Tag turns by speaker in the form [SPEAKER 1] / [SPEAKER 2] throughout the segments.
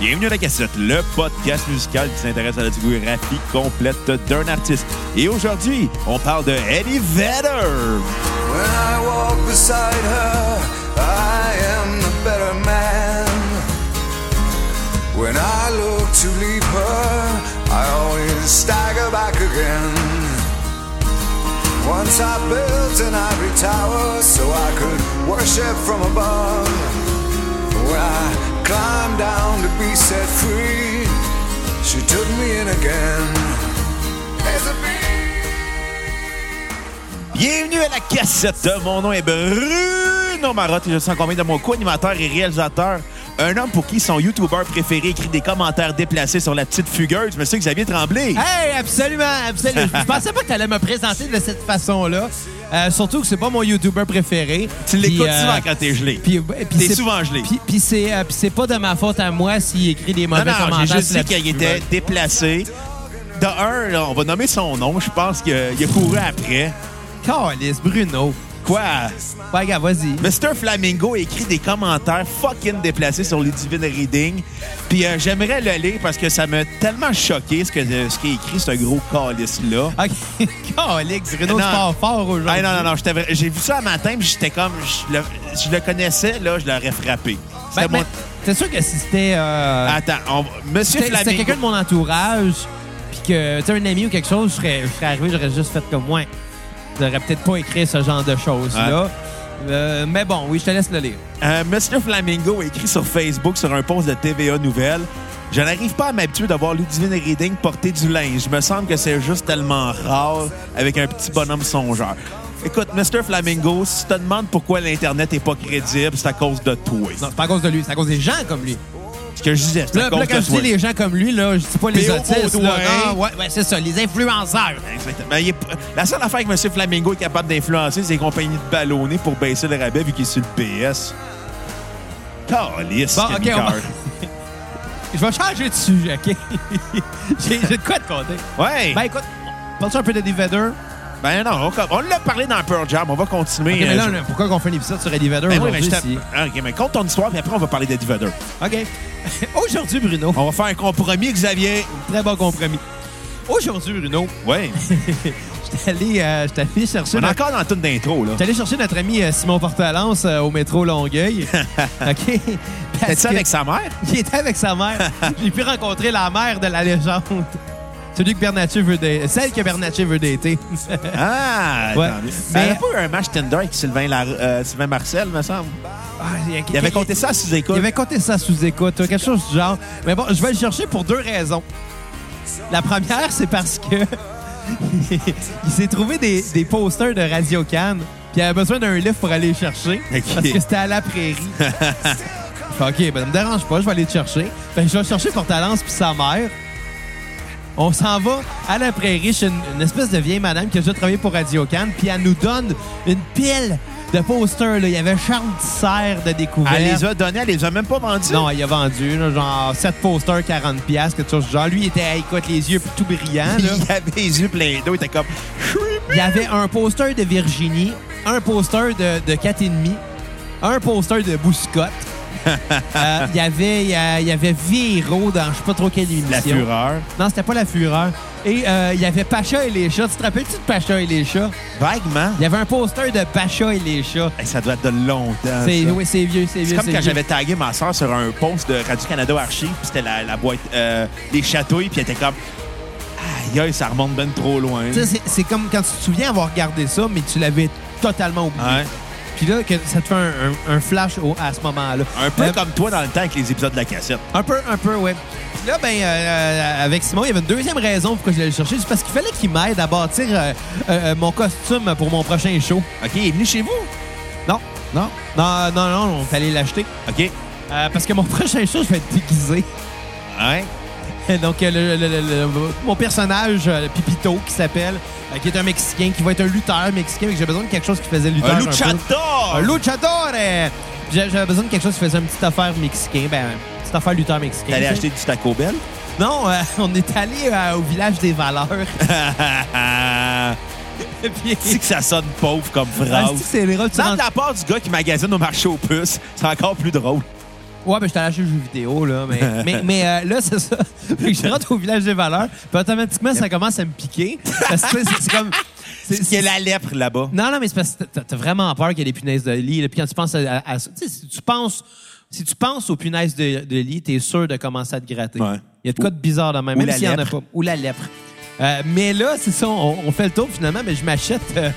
[SPEAKER 1] Bienvenue à La Cassette, le podcast musical qui s'intéresse à la discographie complète d'un artiste. Et aujourd'hui, on parle de Eddie Vedder.
[SPEAKER 2] When I walk beside her, I am the better man. When I look to leave her, I always stagger back again. Once I built an ivory tower so I could worship from above. When I climbed down to be set free, she took me in again. As a bee.
[SPEAKER 1] Bienvenue à La Cassette. Mon nom est Bruno Marotte et je suis combien de mon co-animateur et réalisateur. Un homme pour qui son YouTuber préféré écrit des commentaires déplacés sur la petite fugueuse, Monsieur Xavier Tremblay.
[SPEAKER 3] Hey, absolument, absolument. Je pensais pas que t'allais me présenter de cette façon-là. Euh, surtout que c'est pas mon YouTuber préféré.
[SPEAKER 1] Tu l'écoutes
[SPEAKER 3] Puis, euh,
[SPEAKER 1] souvent quand t'es gelé.
[SPEAKER 3] Puis, ouais, puis
[SPEAKER 1] T'es
[SPEAKER 3] c'est-
[SPEAKER 1] souvent gelé.
[SPEAKER 3] Puis, puis c'est euh, puis c'est pas de ma faute à moi s'il écrit des
[SPEAKER 1] Non,
[SPEAKER 3] mauvais
[SPEAKER 1] non,
[SPEAKER 3] commentaires.
[SPEAKER 1] j'ai juste
[SPEAKER 3] sur la
[SPEAKER 1] dit qu'il
[SPEAKER 3] petite
[SPEAKER 1] était
[SPEAKER 3] fumeur.
[SPEAKER 1] déplacé. De un, là, on va nommer son nom. Je pense qu'il a couru après.
[SPEAKER 3] Calisse, hein. Bruno.
[SPEAKER 1] Quoi?
[SPEAKER 3] Ouais, gars, vas-y.
[SPEAKER 1] Mr. Flamingo écrit des commentaires fucking déplacés sur les Divine Reading. Puis euh, j'aimerais le lire parce que ça m'a tellement choqué ce que euh, ce qui est écrit, ce gros calice-là.
[SPEAKER 3] OK. Calisse, Bruno, tu
[SPEAKER 1] Non.
[SPEAKER 3] pars fort aujourd'hui.
[SPEAKER 1] Hey, non, non, non, j'étais vra- j'ai vu ça un matin, puis j'étais comme, je le, je le connaissais, là, je l'aurais frappé.
[SPEAKER 3] Ben,
[SPEAKER 1] C'était mon-
[SPEAKER 3] ben, T'es sûr que si c'était... euh,
[SPEAKER 1] Attends, on- Monsieur
[SPEAKER 3] c'était- c'était
[SPEAKER 1] Flamingo.
[SPEAKER 3] quelqu'un de mon entourage, puis que, tu sais, un ami ou quelque chose, je serais, je serais arrivé, j'aurais juste fait comme moi. J'aurais peut-être pas écrit ce genre de choses-là. Euh, mais bon, oui, je te laisse le lire.
[SPEAKER 1] Euh, Monsieur Flamingo écrit sur Facebook sur un post de TVA Nouvelle. Je n'arrive pas à m'habituer d'avoir Ludivine Reading porter du linge. Me semble que c'est juste tellement rare avec un petit bonhomme songeur. Écoute, Mr. Flamingo, si tu te demandes pourquoi l'Internet est pas crédible, c'est à cause de toi.
[SPEAKER 3] Non, c'est pas à cause de lui, c'est à cause des gens comme lui.
[SPEAKER 1] Ce que je disais, c'est
[SPEAKER 3] Là,
[SPEAKER 1] à
[SPEAKER 3] là,
[SPEAKER 1] cause
[SPEAKER 3] quand
[SPEAKER 1] de
[SPEAKER 3] je dis
[SPEAKER 1] toi.
[SPEAKER 3] les gens comme lui, là, je dis pas les
[SPEAKER 1] P.O.
[SPEAKER 3] autistes. là.
[SPEAKER 1] Baudouin.
[SPEAKER 3] Non, ouais, ouais, c'est ça, les influenceurs.
[SPEAKER 1] Exactement. Ben, Il est p- La seule affaire que M. Flamingo est capable d'influencer, c'est les compagnies de ballonnés pour baisser le rabais vu qu'il est sur le PS. Calice,
[SPEAKER 3] Bon,
[SPEAKER 1] quel
[SPEAKER 3] ok, on va-
[SPEAKER 1] cœur.
[SPEAKER 3] Je vais changer de sujet, OK? J'ai j'ai de quoi te compter.
[SPEAKER 1] Ouais.
[SPEAKER 3] Ben écoute, parle un peu de Eddie Vedder.
[SPEAKER 1] Ben non, on, on l'a parlé dans Pearl Jam, on va continuer.
[SPEAKER 3] Ok, mais
[SPEAKER 1] euh,
[SPEAKER 3] là,
[SPEAKER 1] je-
[SPEAKER 3] là, pourquoi on fait un épisode sur Eddie Vedder
[SPEAKER 1] Ben oui, mais
[SPEAKER 3] aujourd'hui?
[SPEAKER 1] je
[SPEAKER 3] si-
[SPEAKER 1] tape- Ah, OK, mais compte ton histoire, puis après, on va parler d'Eddie Vedder.
[SPEAKER 3] OK. aujourd'hui, Bruno,
[SPEAKER 1] On va faire un compromis, Xavier.
[SPEAKER 3] très bon compromis. Aujourd'hui, Bruno,
[SPEAKER 1] Oui.
[SPEAKER 3] j'étais allé, euh, j'étais allé chercher...
[SPEAKER 1] On est
[SPEAKER 3] ma-
[SPEAKER 1] encore dans le tune d'intro, là.
[SPEAKER 3] J'étais allé chercher notre ami euh, Simon Portalance euh, au métro Longueuil. OK?
[SPEAKER 1] T'es
[SPEAKER 3] Parce
[SPEAKER 1] ça
[SPEAKER 3] que-
[SPEAKER 1] avec sa mère?
[SPEAKER 3] J'étais avec sa mère. J'ai pu rencontrer la mère de la légende. Celui que Bernatchez veut dater. Celle que Bernatchez veut dater.
[SPEAKER 1] Ah,
[SPEAKER 3] Ouais.
[SPEAKER 1] tant mieux.
[SPEAKER 3] Mais-
[SPEAKER 1] Elle a pas eu un match Tinder avec Sylvain, Lar- euh, Sylvain Marcel, me semble. Il avait compté ça sous
[SPEAKER 3] Il
[SPEAKER 1] écoute.
[SPEAKER 3] avait compté ça sous écoute, quelque chose du genre. Mais bon, je vais le chercher pour deux raisons. La première, c'est parce que il s'est trouvé des, des posters de Radio Cannes, puis il avait besoin d'un livre pour aller le chercher.
[SPEAKER 1] Ok.
[SPEAKER 3] Parce que c'était à la prairie. Fait, OK, ben, ça me dérange pas, je vais aller le chercher. Fait que je vais chercher Portalance puis sa mère. On s'en va à la prairie chez une, une espèce de vieille madame qui a déjà travaillé pour Radio Cannes, puis elle nous donne une pile de posters. Là. Il y avait Charles Serre de découverte.
[SPEAKER 1] Elle les a donnés, elle les a même pas vendus.
[SPEAKER 3] Non, il a vendu, là, genre 7 posters, 40 pièces, quelque chose. du Genre, lui, il était, écoute, les yeux tout brillants. Là.
[SPEAKER 1] Il avait les yeux pleins d'eau, il était comme.
[SPEAKER 3] Il y avait un poster de Virginie, un poster de, de Cat Enemy, un poster de Bouscotte. Euh, il y avait, il y a- il y avait Viro dans je sais pas trop quelle émission.
[SPEAKER 1] La fureur.
[SPEAKER 3] Non, c'était pas la Fureur. Et euh, il y avait Pacha et les chats. Tu te rappelles-tu de Pacha et les chats?
[SPEAKER 1] Vaguement.
[SPEAKER 3] Il y avait un poster de Pacha et les chats.
[SPEAKER 1] Hey, ça doit être de longtemps.
[SPEAKER 3] C'est
[SPEAKER 1] Ah, ça.
[SPEAKER 3] oui, c'est vieux, c'est
[SPEAKER 1] C'est
[SPEAKER 3] vieux.
[SPEAKER 1] comme quand
[SPEAKER 3] vieux.
[SPEAKER 1] j'avais tagué ma soeur sur un post de Radio-Canada Archive, puis c'était la, la boîte euh, des chatouilles, puis elle était comme Aïe, aïe, ça remonte ben trop loin.
[SPEAKER 3] Tu sais, c'est- C'est comme quand tu te souviens avoir regardé ça, mais tu l'avais totalement oublié.
[SPEAKER 1] Ouais.
[SPEAKER 3] Puis là, que ça te fait un, un- un flash au- à ce moment-là.
[SPEAKER 1] Un peu
[SPEAKER 3] Euh,
[SPEAKER 1] comme toi dans le temps avec les épisodes de la cassette.
[SPEAKER 3] Un peu, un peu, ouais. Puis là, ben, euh, euh, avec Simon, il y avait une deuxième raison pourquoi je l'allais le chercher. C'est parce qu'il fallait qu'il m'aide à bâtir euh, euh, mon costume pour mon prochain show.
[SPEAKER 1] OK, il est venu chez vous?
[SPEAKER 3] Non, non, non, non, non, on est allé l'acheter.
[SPEAKER 1] OK.
[SPEAKER 3] Euh, parce que mon prochain show, je vais être déguisé.
[SPEAKER 1] Ouais.
[SPEAKER 3] Donc, euh, le- le- le- le- mon personnage, euh, Pipito, qui s'appelle, euh, qui est un Mexicain, qui va être un lutteur mexicain, mais que j'ai besoin de quelque chose qui faisait lutteur.
[SPEAKER 1] Un
[SPEAKER 3] peu.
[SPEAKER 1] luchador!
[SPEAKER 3] Un Ah, luchador! euh. Puis j'a- J'avais besoin de quelque chose qui faisait une petite affaire mexicain. Ben, une petite affaire lutteur mexicain.
[SPEAKER 1] T'allais
[SPEAKER 3] tu sais.
[SPEAKER 1] acheter du Taco Bell?
[SPEAKER 3] Non, euh, on est allé euh, au village des valeurs. Puis-
[SPEAKER 1] tu sais que ça sonne pauvre comme
[SPEAKER 3] Ah, c'est-tu que
[SPEAKER 1] phrase.
[SPEAKER 3] c'est drôle, tu
[SPEAKER 1] Dans
[SPEAKER 3] rentres-
[SPEAKER 1] de la part du gars qui magasine au marché aux puces, c'est encore plus drôle.
[SPEAKER 3] Ouais, ben, j'étais allé acheter le jeu vidéo, là. Mais, mais, mais, euh, là, c'est ça. Fait que je rentre au village des valeurs, puis automatiquement, ça commence à me piquer. Parce que tu sais, c'est c'est comme. c'est-
[SPEAKER 1] C'est la lèpre là-bas.
[SPEAKER 3] Non, non, mais c'est parce que t'as- t'as vraiment peur qu'il y ait des punaises de lit. là. Puis quand tu penses à, à- à ça, tu sais, si tu penses, si tu penses aux punaises de, de lit, t'es sûr de commencer à te gratter.
[SPEAKER 1] Ouais.
[SPEAKER 3] Il y a de quoi de bizarre dans même,
[SPEAKER 1] Ou
[SPEAKER 3] même
[SPEAKER 1] la
[SPEAKER 3] s'il y en a
[SPEAKER 1] lèpre.
[SPEAKER 3] pas. Ou la lèpre. Euh, mais là, c'est ça, on, on fait le tour finalement, mais je m'achète euh,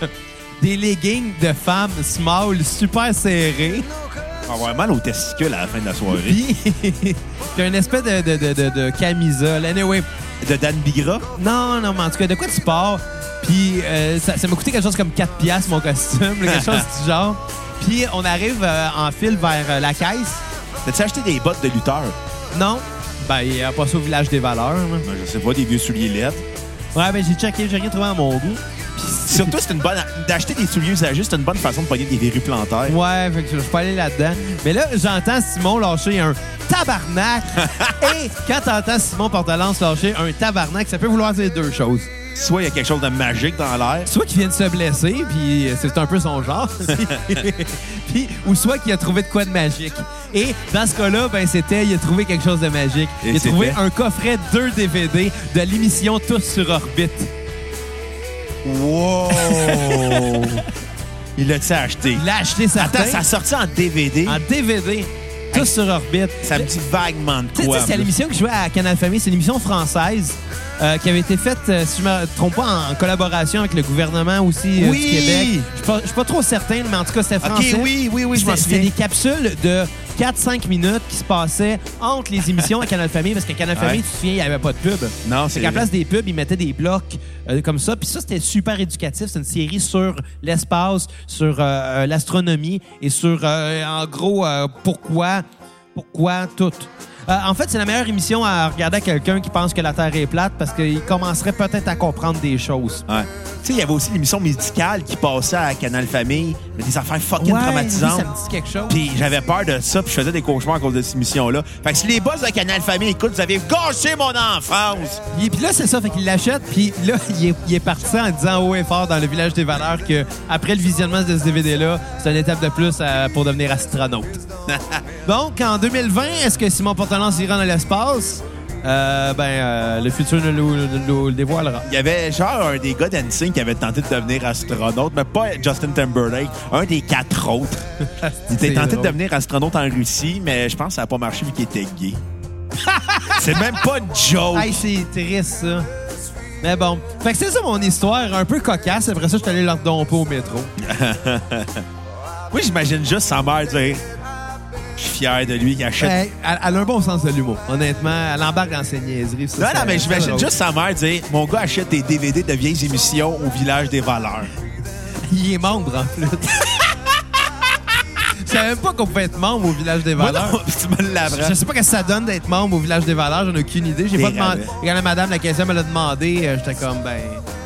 [SPEAKER 3] des leggings de femmes small, super serrés.
[SPEAKER 1] On va avoir mal aux testicules à la fin de la soirée.
[SPEAKER 3] Puis, t'as une espèce de, de, de, de, de camisole. Anyway,
[SPEAKER 1] De Dan Bigra.
[SPEAKER 3] non, non, mais en tout cas, de quoi tu pars? Puis euh, ça ça m'a coûté quelque chose comme 4 piastres, mon costume, là, quelque chose du genre. Puis on arrive euh, en file vers euh, la caisse.
[SPEAKER 1] T'as-tu acheté des bottes de lutteur?
[SPEAKER 3] Non? Ben, il a passé au village des valeurs. là.
[SPEAKER 1] Ben, Je sais pas, des vieux souliers lettres.
[SPEAKER 3] Ouais, ben j'ai checké, j'ai rien trouvé à mon goût.
[SPEAKER 1] Surtout, c'est une bonne. D'acheter des souliers usagés, c'est une bonne façon de pogner des verrues plantaires.
[SPEAKER 3] Ouais, fait que je je suis pas allé là-dedans. Mais là, j'entends Simon lâcher un tabarnak. Et quand t'entends Simon Portalance lâcher un tabarnak, ça peut vouloir dire deux choses.
[SPEAKER 1] Soit il y a quelque chose de magique dans l'air.
[SPEAKER 3] soit qu'il vient de se blesser, puis euh, c'est un peu son genre, puis, ou soit qu'il a trouvé de quoi de magique. Et dans ce cas-là, ben c'était, il a trouvé quelque chose de magique.
[SPEAKER 1] Et
[SPEAKER 3] il a trouvé
[SPEAKER 1] c'était?
[SPEAKER 3] un coffret 2 DVD de l'émission Tous sur orbite.
[SPEAKER 1] Wow! il l'a-tu acheté?
[SPEAKER 3] Il a acheté sa
[SPEAKER 1] Attends, ça a sorti en DVD.
[SPEAKER 3] en DVD. Tous sur orbite.
[SPEAKER 1] Ça me dit vaguement de
[SPEAKER 3] Tu sais, tu
[SPEAKER 1] quoi.
[SPEAKER 3] sais, c'est l'émission que je jouais à Canal Famille. C'est une émission française euh, qui avait été faite, euh, si je ne me trompe pas, en collaboration avec le gouvernement aussi euh,
[SPEAKER 1] Oui!
[SPEAKER 3] du Québec. Je ne suis pas trop certain, mais en tout cas, c'était
[SPEAKER 1] Ok,
[SPEAKER 3] français.
[SPEAKER 1] oui, oui, oui, je m'en
[SPEAKER 3] C'était c'était
[SPEAKER 1] souviens.
[SPEAKER 3] des capsules de 4-5 minutes qui se passaient entre les émissions à Canal Famille, parce que Canal Famille,
[SPEAKER 1] Ouais.
[SPEAKER 3] tu te souviens, il n'y avait pas de pub.
[SPEAKER 1] Non,
[SPEAKER 3] c'est
[SPEAKER 1] c'est-
[SPEAKER 3] qu'à place des pubs, ils mettaient des blocs euh, comme ça. Puis ça, c'était super éducatif. C'est une série sur l'espace, sur euh, euh, l'astronomie et sur, euh, en gros, euh, pourquoi, pourquoi tout. Euh, en fait, c'est la meilleure émission à regarder à quelqu'un qui pense que la Terre est plate parce qu'il commencerait peut-être à comprendre des choses.
[SPEAKER 1] Ouais. Tu sais, il y avait aussi l'émission médicale qui passait à Canal Famille, mais des affaires fucking
[SPEAKER 3] Ouais, oui,
[SPEAKER 1] traumatisantes.
[SPEAKER 3] ça me dit quelque chose.
[SPEAKER 1] Puis j'avais peur de ça, puis je faisais des cauchemars à cause de cette émission-là. Fait que si les boss de Canal Famille écoutent, vous avez gâché mon enfance!
[SPEAKER 3] Et puis là, c'est ça, fait qu'il l'achète, puis là, il est, il est parti en disant haut et fort dans le village des valeurs que après le visionnement de ce DVD-là, c'est une étape de plus euh, pour devenir astronaute. Donc, en 2020, est-ce que Simon Portalance ira dans l'espace? Euh, ben, euh, le futur nous, le- nous- nous le dévoilera.
[SPEAKER 1] Il y avait genre un des gars d'Hansing qui avait tenté de devenir astronaute, mais pas Justin Timberlake, un des quatre autres. Il était
[SPEAKER 3] C'est
[SPEAKER 1] tenté
[SPEAKER 3] drôle.
[SPEAKER 1] de devenir astronaute en Russie, mais je pense que ça n'a pas marché vu qu'il était gay. c'est même pas une joke.
[SPEAKER 3] Hey, c'est triste, ça. Mais bon. Fait que c'est ça mon histoire, un peu cocasse. Après ça, je suis allé leur domper au métro.
[SPEAKER 1] Oui, j'imagine juste sa mère dire Je suis fier de lui qui achète.
[SPEAKER 3] Ben, elle, elle a un bon sens de l'humour. Honnêtement, elle embarque dans ses niaiseries. ça,
[SPEAKER 1] non, non,
[SPEAKER 3] c'est-
[SPEAKER 1] mais
[SPEAKER 3] c'est
[SPEAKER 1] j'imagine
[SPEAKER 3] drôle.
[SPEAKER 1] juste sa mère dire Mon gars achète des DVD de vieilles émissions au village des valeurs.
[SPEAKER 3] Il est membre, en plus. Je savais même pas qu'on pouvait être membre au Village des
[SPEAKER 1] Moi,
[SPEAKER 3] Valeurs.
[SPEAKER 1] non, tu me l'apprends.
[SPEAKER 3] je sais pas ce que ça donne d'être membre au Village des Valeurs. J'en ai aucune idée. J'ai
[SPEAKER 1] Des
[SPEAKER 3] pas demandé.
[SPEAKER 1] rabais.
[SPEAKER 3] Quand la madame, la question me l'a demandé, euh, j'étais comme, ben...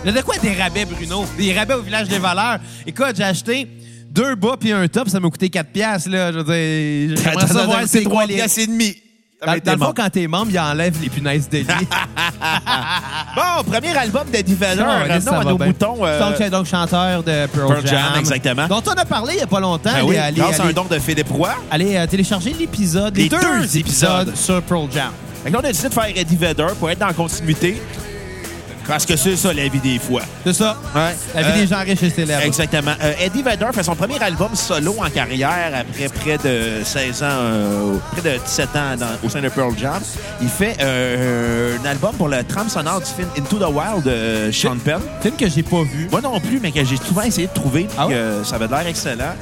[SPEAKER 3] Il y a de quoi des rabais, Bruno? Des rabais au Village des Valeurs? Écoute, j'ai acheté deux bas puis un top. Ça m'a coûté 4 piastres, là. Je veux dire... j'aimerais
[SPEAKER 1] T'as
[SPEAKER 3] savoir
[SPEAKER 1] savoir
[SPEAKER 3] c'est
[SPEAKER 1] ses
[SPEAKER 3] quoi
[SPEAKER 1] trois
[SPEAKER 3] les-
[SPEAKER 1] pièces et demie. Ça
[SPEAKER 3] Dans,
[SPEAKER 1] avait
[SPEAKER 3] dans le
[SPEAKER 1] été
[SPEAKER 3] fond,
[SPEAKER 1] bon.
[SPEAKER 3] quand Ah, t'es membre, il enlève les punaises de lit.
[SPEAKER 1] Bon, premier album d'Eddie Vedder.
[SPEAKER 3] Ah, ouais, ça
[SPEAKER 1] Revenons à
[SPEAKER 3] va
[SPEAKER 1] nos
[SPEAKER 3] bien.
[SPEAKER 1] boutons. euh,
[SPEAKER 3] Donc, c'est donc chanteur de Pearl,
[SPEAKER 1] Pearl Jam, exactement.
[SPEAKER 3] Dont on a parlé il y a pas longtemps.
[SPEAKER 1] ben
[SPEAKER 3] Allez,
[SPEAKER 1] oui,
[SPEAKER 3] allez,
[SPEAKER 1] grâce à
[SPEAKER 3] allez-
[SPEAKER 1] un don de Philippe Roy.
[SPEAKER 3] allez euh, télécharger l'épisode, les,
[SPEAKER 1] Les
[SPEAKER 3] deux,
[SPEAKER 1] deux
[SPEAKER 3] épisodes
[SPEAKER 1] épisodes.
[SPEAKER 3] sur Pearl Jam.
[SPEAKER 1] Fait que là, on a décidé de faire Eddie Vedder pour être dans la continuité. Parce que c'est ça, la vie des fois.
[SPEAKER 3] C'est ça.
[SPEAKER 1] Ouais.
[SPEAKER 3] La vie
[SPEAKER 1] Euh,
[SPEAKER 3] des gens riches et célèbres.
[SPEAKER 1] Exactement. Euh, Eddie Vedder fait son premier album solo en carrière après près de 16 ans, euh, près de 17 ans dans- au sein de Pearl Jam. Il fait euh, un album pour le trame sonore du film Into the Wild de Sean Penn.
[SPEAKER 3] Film que j'ai pas vu.
[SPEAKER 1] Moi non plus, mais que j'ai souvent essayé de trouver, puis
[SPEAKER 3] Ah ouais?
[SPEAKER 1] que ça avait l'air excellent.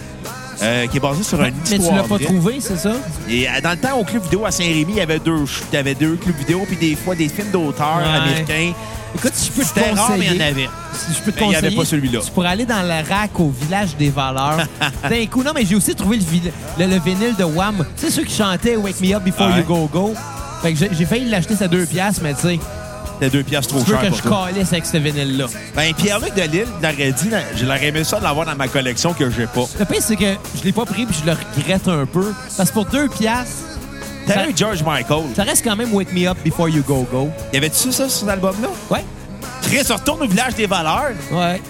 [SPEAKER 1] Euh, qui est basé sur une
[SPEAKER 3] Mais
[SPEAKER 1] histoire.
[SPEAKER 3] tu l'as pas
[SPEAKER 1] vraie.
[SPEAKER 3] trouvé, c'est ça?
[SPEAKER 1] Et euh, dans le temps, au club vidéo à Saint-Rémy, il y avait deux, ch- il y avait deux clubs vidéo, puis des fois des films d'auteurs
[SPEAKER 3] Ouais.
[SPEAKER 1] américains.
[SPEAKER 3] Écoute, si je peux te
[SPEAKER 1] C'était
[SPEAKER 3] conseiller...
[SPEAKER 1] rare, mais il y en avait.
[SPEAKER 3] Si je peux te
[SPEAKER 1] Mais il y
[SPEAKER 3] conseiller,
[SPEAKER 1] avait pas celui-là.
[SPEAKER 3] tu pourrais aller dans la rack au Village des Valeurs. D'un coup, non, mais j'ai aussi trouvé le, vil- le, le vinyle de Wham. Tu sais, ceux qui chantaient « Wake me up before
[SPEAKER 1] Ah Ouais.
[SPEAKER 3] you go go ». Fait que j'ai j'ai failli l'acheter à deux piastres, mais tu sais,
[SPEAKER 1] C'était deux piastres trop
[SPEAKER 3] tu veux
[SPEAKER 1] chères
[SPEAKER 3] que
[SPEAKER 1] pour
[SPEAKER 3] je
[SPEAKER 1] toi.
[SPEAKER 3] calisse avec ce vinyle-là.
[SPEAKER 1] Ben, Pierre-Luc Delisle l'aurait dit, là, je l'aurais aimé ça de l'avoir dans ma collection que j'ai pas.
[SPEAKER 3] Le pire, c'est que je l'ai pas pris puis je le regrette un peu. Parce que pour deux piastres,
[SPEAKER 1] T'avais eu George Michael.
[SPEAKER 3] ça reste quand même Wake Me Up Before You Go Go.
[SPEAKER 1] Y avait-tu ça sur cet album-là?
[SPEAKER 3] Ouais?
[SPEAKER 1] Chris, on retourne au village des valeurs.
[SPEAKER 3] Ouais.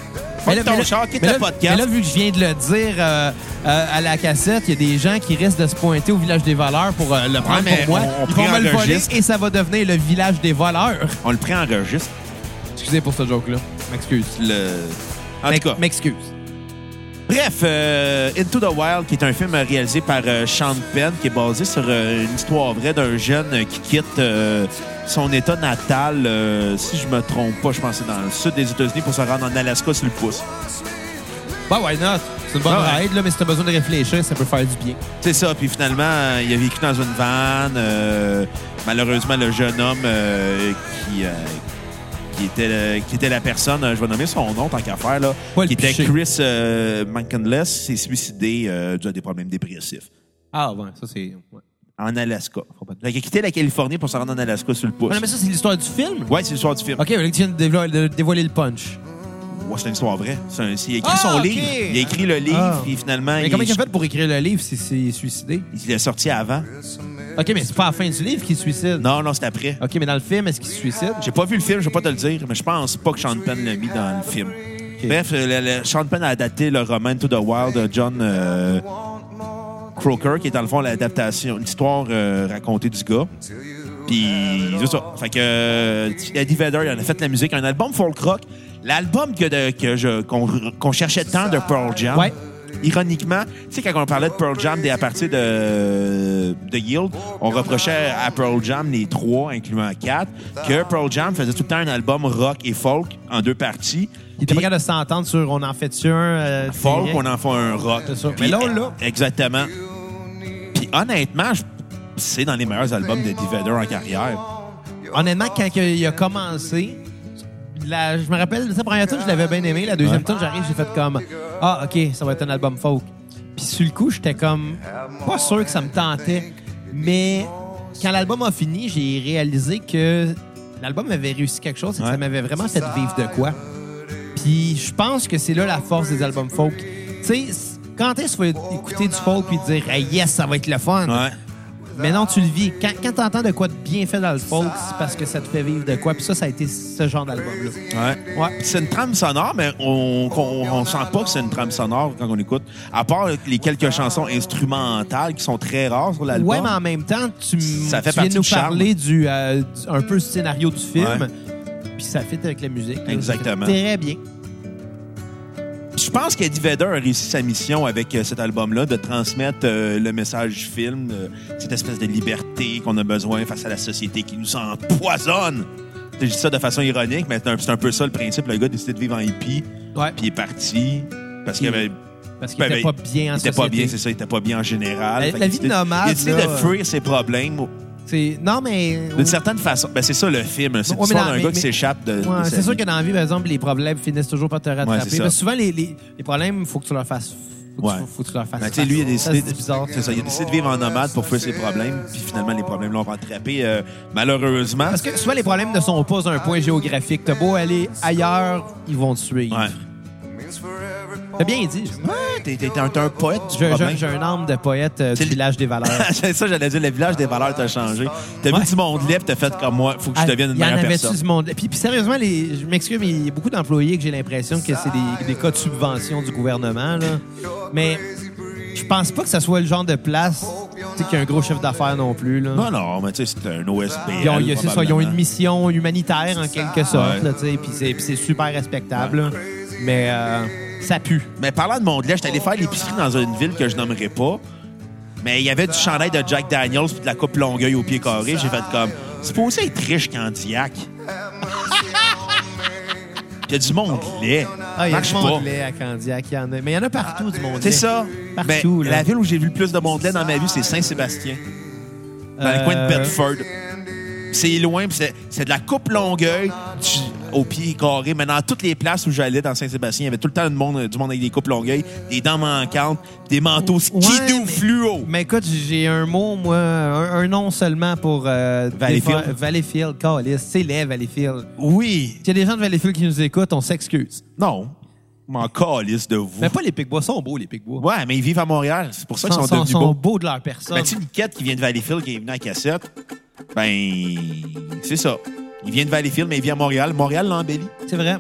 [SPEAKER 1] ton char, quitte le podcast.
[SPEAKER 3] mais là, vu que je viens de le dire, euh, euh, à la cassette, il y a des gens qui risquent de se pointer au village des voleurs pour euh, le prendre
[SPEAKER 1] mais
[SPEAKER 3] pour moi.
[SPEAKER 1] on- on
[SPEAKER 3] Ils
[SPEAKER 1] prend
[SPEAKER 3] vont me le
[SPEAKER 1] un
[SPEAKER 3] voler
[SPEAKER 1] registre.
[SPEAKER 3] et ça va devenir le village des voleurs.
[SPEAKER 1] On le prend en registre.
[SPEAKER 3] Excusez pour ce joke-là. M'excuse.
[SPEAKER 1] Le... En
[SPEAKER 3] M'ex-
[SPEAKER 1] tout cas.
[SPEAKER 3] M'excuse.
[SPEAKER 1] Bref, euh, Into the Wild, qui est un film réalisé par euh, Sean Penn, qui est basé sur euh, une histoire vraie d'un jeune euh, qui quitte euh, son état natal, euh, si je me trompe pas, je pense que c'est dans le sud des États-Unis pour se rendre en Alaska sur le pouce.
[SPEAKER 3] Bah, why not? C'est une bonne
[SPEAKER 1] Ah ouais.
[SPEAKER 3] ride, là, mais si t'as besoin de réfléchir, ça peut faire du bien.
[SPEAKER 1] C'est ça, puis finalement, euh, il a vécu dans une vanne. euh, malheureusement, le jeune homme euh, qui, euh, qui, était, euh, qui était la personne, euh, je vais nommer son nom tant qu'à faire, là,
[SPEAKER 3] Pas le
[SPEAKER 1] qui était
[SPEAKER 3] picher.
[SPEAKER 1] Chris euh, Mankinless, s'est suicidé euh, dû à des problèmes dépressifs.
[SPEAKER 3] Ah, ouais, ça, c'est. ouais.
[SPEAKER 1] En Alaska. Fait qu'il a quitté la Californie pour se rendre en Alaska sur le pouce.
[SPEAKER 3] Ah, non, mais ça, c'est l'histoire du film?
[SPEAKER 1] Ouais, Ben, c'est l'histoire du film.
[SPEAKER 3] OK, mais là, tu viens de dévoiler, de dévoiler le punch.
[SPEAKER 1] Ouais, c'est une histoire vraie. C'est un- il a écrit
[SPEAKER 3] Ah,
[SPEAKER 1] son
[SPEAKER 3] ok.
[SPEAKER 1] livre. Il a écrit le livre,
[SPEAKER 3] Ah.
[SPEAKER 1] puis finalement,
[SPEAKER 3] Mais
[SPEAKER 1] il,
[SPEAKER 3] comment il a fait pour écrire le livre s'il s'est suicidé?
[SPEAKER 1] il est sorti avant.
[SPEAKER 3] OK, mais c'est pas à la fin du livre qu'il se suicide.
[SPEAKER 1] Non, non, c'est après.
[SPEAKER 3] OK, mais dans le film, est-ce qu'il se suicide?
[SPEAKER 1] J'ai pas vu le film, je vais pas te le dire, mais je pense pas que Sean Penn l'a mis dans le film. Bref, euh, le- le- Sean Penn a adapté le roman To the Wild de John euh, Croker, qui est dans le fond l'adaptation, l'histoire euh, racontée du gars. Puis, c'est ça. Fait que euh, Eddie Vedder, il en a fait la musique, un album folk rock. L'album que de- que je- qu'on qu'on cherchait tant de Pearl Jam.
[SPEAKER 3] Ouais.
[SPEAKER 1] Ironiquement, tu sais, quand on parlait de Pearl Jam et à partir de, de Yield, on reprochait à Pearl Jam, les trois, incluant quatre, que Pearl Jam faisait tout le temps un album rock et folk en deux parties.
[SPEAKER 3] Il était
[SPEAKER 1] Puis-
[SPEAKER 3] pas capable de s'entendre sur on en fait-tu un? euh,
[SPEAKER 1] folk,
[SPEAKER 3] direct?
[SPEAKER 1] on en fait un rock.
[SPEAKER 3] C'est ça.
[SPEAKER 1] Puis-
[SPEAKER 3] Mais là, on l'a.
[SPEAKER 1] Exactement. Puis honnêtement, je- c'est dans les meilleurs albums de Vedder en carrière.
[SPEAKER 3] Honnêtement, quand il a commencé, la- je me rappelle, la première tune, je l'avais bien aimé. La deuxième tune, j'arrive, j'ai fait comme Ah, OK, ça va être un album folk. Puis sur le coup, j'étais comme pas sûr que ça me tentait. Mais quand l'album a fini, j'ai réalisé que l'album avait réussi quelque chose et que
[SPEAKER 1] Ouais.
[SPEAKER 3] ça m'avait vraiment fait vivre de quoi. Puis je pense que c'est là la force des albums folk. Tu sais, c- quand est-ce qu'il faut écouter du folk puis dire Hey, yes, ça va être le fun?
[SPEAKER 1] Ouais.
[SPEAKER 3] Mais non, tu le vis. Quand, quand t'entends de quoi de bien fait dans le folk, c'est parce que ça te fait vivre de quoi. Puis ça, ça a été ce genre d'album-là.
[SPEAKER 1] Ouais.
[SPEAKER 3] Ouais.
[SPEAKER 1] C'est une trame sonore, mais on, qu'on- on sent pas que c'est une trame sonore quand on écoute. À part les quelques chansons instrumentales qui sont très rares sur l'album.
[SPEAKER 3] Ouais, mais en même temps, tu, m-
[SPEAKER 1] Ça fait
[SPEAKER 3] tu viens
[SPEAKER 1] partie
[SPEAKER 3] de nous
[SPEAKER 1] du charme.
[SPEAKER 3] parler du, euh, du- un peu du scénario du film.
[SPEAKER 1] Ouais.
[SPEAKER 3] Puis ça fit avec la musique. là.
[SPEAKER 1] Exactement.
[SPEAKER 3] Ça fait Très bien.
[SPEAKER 1] Je pense qu'Eddie Vedder a réussi sa mission avec euh, cet album-là de transmettre euh, le message du film, euh, cette espèce de liberté qu'on a besoin face à la société qui nous empoisonne. Je dis ça de façon ironique, mais c'est un, c'est un peu ça le principe. Le gars a décidé de vivre en hippie,
[SPEAKER 3] Ouais.
[SPEAKER 1] puis il est parti parce qu'il avait...
[SPEAKER 3] parce qu'il
[SPEAKER 1] ben,
[SPEAKER 3] était
[SPEAKER 1] ben,
[SPEAKER 3] pas bien en
[SPEAKER 1] Il était
[SPEAKER 3] société.
[SPEAKER 1] pas bien, c'est ça, il était pas bien en général.
[SPEAKER 3] La-
[SPEAKER 1] Fait
[SPEAKER 3] la
[SPEAKER 1] qu'il
[SPEAKER 3] vie de
[SPEAKER 1] décide-
[SPEAKER 3] nomade,
[SPEAKER 1] Il a décidé de
[SPEAKER 3] là,
[SPEAKER 1] fuir ses problèmes
[SPEAKER 3] C'est- Non, mais...
[SPEAKER 1] d'une certaine façon. Ben, c'est ça le film, c'est
[SPEAKER 3] Ouais, mais
[SPEAKER 1] l'histoire
[SPEAKER 3] non,
[SPEAKER 1] d'un
[SPEAKER 3] mais-
[SPEAKER 1] gars qui
[SPEAKER 3] mais-
[SPEAKER 1] s'échappe de, de
[SPEAKER 3] Ouais,
[SPEAKER 1] sa
[SPEAKER 3] c'est sûr
[SPEAKER 1] vie.
[SPEAKER 3] que dans la vie, par exemple, les problèmes finissent toujours par te rattraper.
[SPEAKER 1] c'est ça.
[SPEAKER 3] Parce que souvent, les, les, les problèmes, il faut que tu leur fasses... Faut que,
[SPEAKER 1] Ouais.
[SPEAKER 3] tu, faut que tu leur fasses...
[SPEAKER 1] Ben, tu sais, lui, il a
[SPEAKER 3] Ça,
[SPEAKER 1] décidé,
[SPEAKER 3] C'est bizarre.
[SPEAKER 1] c'est ça, il a décidé de vivre en nomade pour fuir ses problèmes. Puis finalement, les problèmes l'ont rattrapé, euh, malheureusement.
[SPEAKER 3] Parce que souvent, les problèmes ne sont pas un point géographique. T'as beau aller ailleurs, ils vont te suivre.
[SPEAKER 1] Ouais.
[SPEAKER 3] T'as bien dit.
[SPEAKER 1] Ouais, t'es, t'es un, t'es un poète du
[SPEAKER 3] J'ai
[SPEAKER 1] problème.
[SPEAKER 3] j'ai- j'ai un âme de poète euh,
[SPEAKER 1] C'est
[SPEAKER 3] du
[SPEAKER 1] le-
[SPEAKER 3] village des valeurs.
[SPEAKER 1] C'est ça, j'allais dire, le village des valeurs t'a changé. T'as vu du monde libre, t'as fait comme moi, faut que je devienne une
[SPEAKER 3] Il y en
[SPEAKER 1] meilleure
[SPEAKER 3] avait-tu
[SPEAKER 1] personne.
[SPEAKER 3] du monde? Puis, puis sérieusement, les, je m'excuse, mais il y a beaucoup d'employés que j'ai l'impression que c'est des, des cas de subvention du gouvernement. Là. Mais je pense pas que ça soit le genre de place tu sais, qu'il y a un gros chef d'affaires non plus. Là.
[SPEAKER 1] Non, non, mais tu sais, c'est un OSB.
[SPEAKER 3] Ils ont, il y a- c'est ça, ils ont une mission humanitaire en quelque sorte,
[SPEAKER 1] Ouais.
[SPEAKER 3] là, tu sais, puis c'est- puis c'est super respectable. là. Mais euh, ça pue.
[SPEAKER 1] Mais parlant de monde libre, j'étais allé faire l'épicerie dans une ville que je nommerai pas. Mais il y avait du chandail de Jack Daniels puis de la coupe Longueuil au pied carré. J'ai fait comme, c'est supposé être riche quand diac. Il y a du monde laid.
[SPEAKER 3] Ah, il y a
[SPEAKER 1] Marche
[SPEAKER 3] du
[SPEAKER 1] pas.
[SPEAKER 3] monde laid à Candiac. il y en a. Mais il y en a partout du monde
[SPEAKER 1] C'est
[SPEAKER 3] laid.
[SPEAKER 1] ça.
[SPEAKER 3] Partout,
[SPEAKER 1] Ben,
[SPEAKER 3] là.
[SPEAKER 1] La ville où j'ai vu le plus de monde laid dans ma vie, c'est Saint-Sébastien. Dans le coin de
[SPEAKER 3] Euh,
[SPEAKER 1] Bedford. C'est loin, puis c'est- c'est de la coupe longueuil du- au pied carré. Mais dans toutes les places où j'allais dans Saint-Sébastien, il y avait tout le temps du monde, du monde avec des coupes longueuil, des dents manquantes, des manteaux skidoo
[SPEAKER 3] mais-
[SPEAKER 1] fluo.
[SPEAKER 3] Mais écoute, j'ai un mot, moi, un, un nom seulement pour. euh,
[SPEAKER 1] Valleyfield.
[SPEAKER 3] défendre- Valleyfield, calice. C'est laid, Valleyfield.
[SPEAKER 1] Oui.
[SPEAKER 3] S'il y a des gens de Valleyfield qui nous écoutent, on s'excuse.
[SPEAKER 1] Non. Je M'en calisse de vous.
[SPEAKER 3] Mais pas les Picbois, sont beaux, les Picbois.
[SPEAKER 1] Ouais, mais ils vivent à Montréal. C'est pour ça qu'ils sont,
[SPEAKER 3] sont,
[SPEAKER 1] devenus beaux.
[SPEAKER 3] beaux de leur personne.
[SPEAKER 1] Ben, tu sais, Niquette qui vient de Valleyfield, qui est venu à cassette, ben, c'est ça. Il vient de Valleyfield, mais il vient à Montréal. Montréal l'embellit.
[SPEAKER 3] C'est vrai.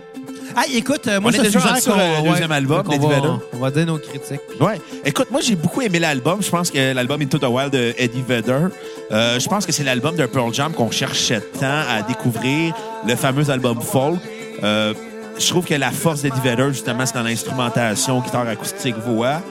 [SPEAKER 3] Ah, écoute, euh, moi,
[SPEAKER 1] On est
[SPEAKER 3] je te
[SPEAKER 1] déjà
[SPEAKER 3] suggère
[SPEAKER 1] rendu sur
[SPEAKER 3] qu'on-
[SPEAKER 1] le deuxième album,
[SPEAKER 3] qu'on
[SPEAKER 1] Lady
[SPEAKER 3] va-
[SPEAKER 1] Vedder.
[SPEAKER 3] On va donner nos critiques.
[SPEAKER 1] Ouais. Écoute, moi, j'ai beaucoup aimé l'album. Je pense que l'album Into the Wild de Eddie Vedder, euh, je pense que c'est l'album de Pearl Jam qu'on cherchait tant à découvrir, le fameux album folk. Euh, je trouve que la force d'Eddie Vedder, justement, c'est dans l'instrumentation, guitare acoustique, voix.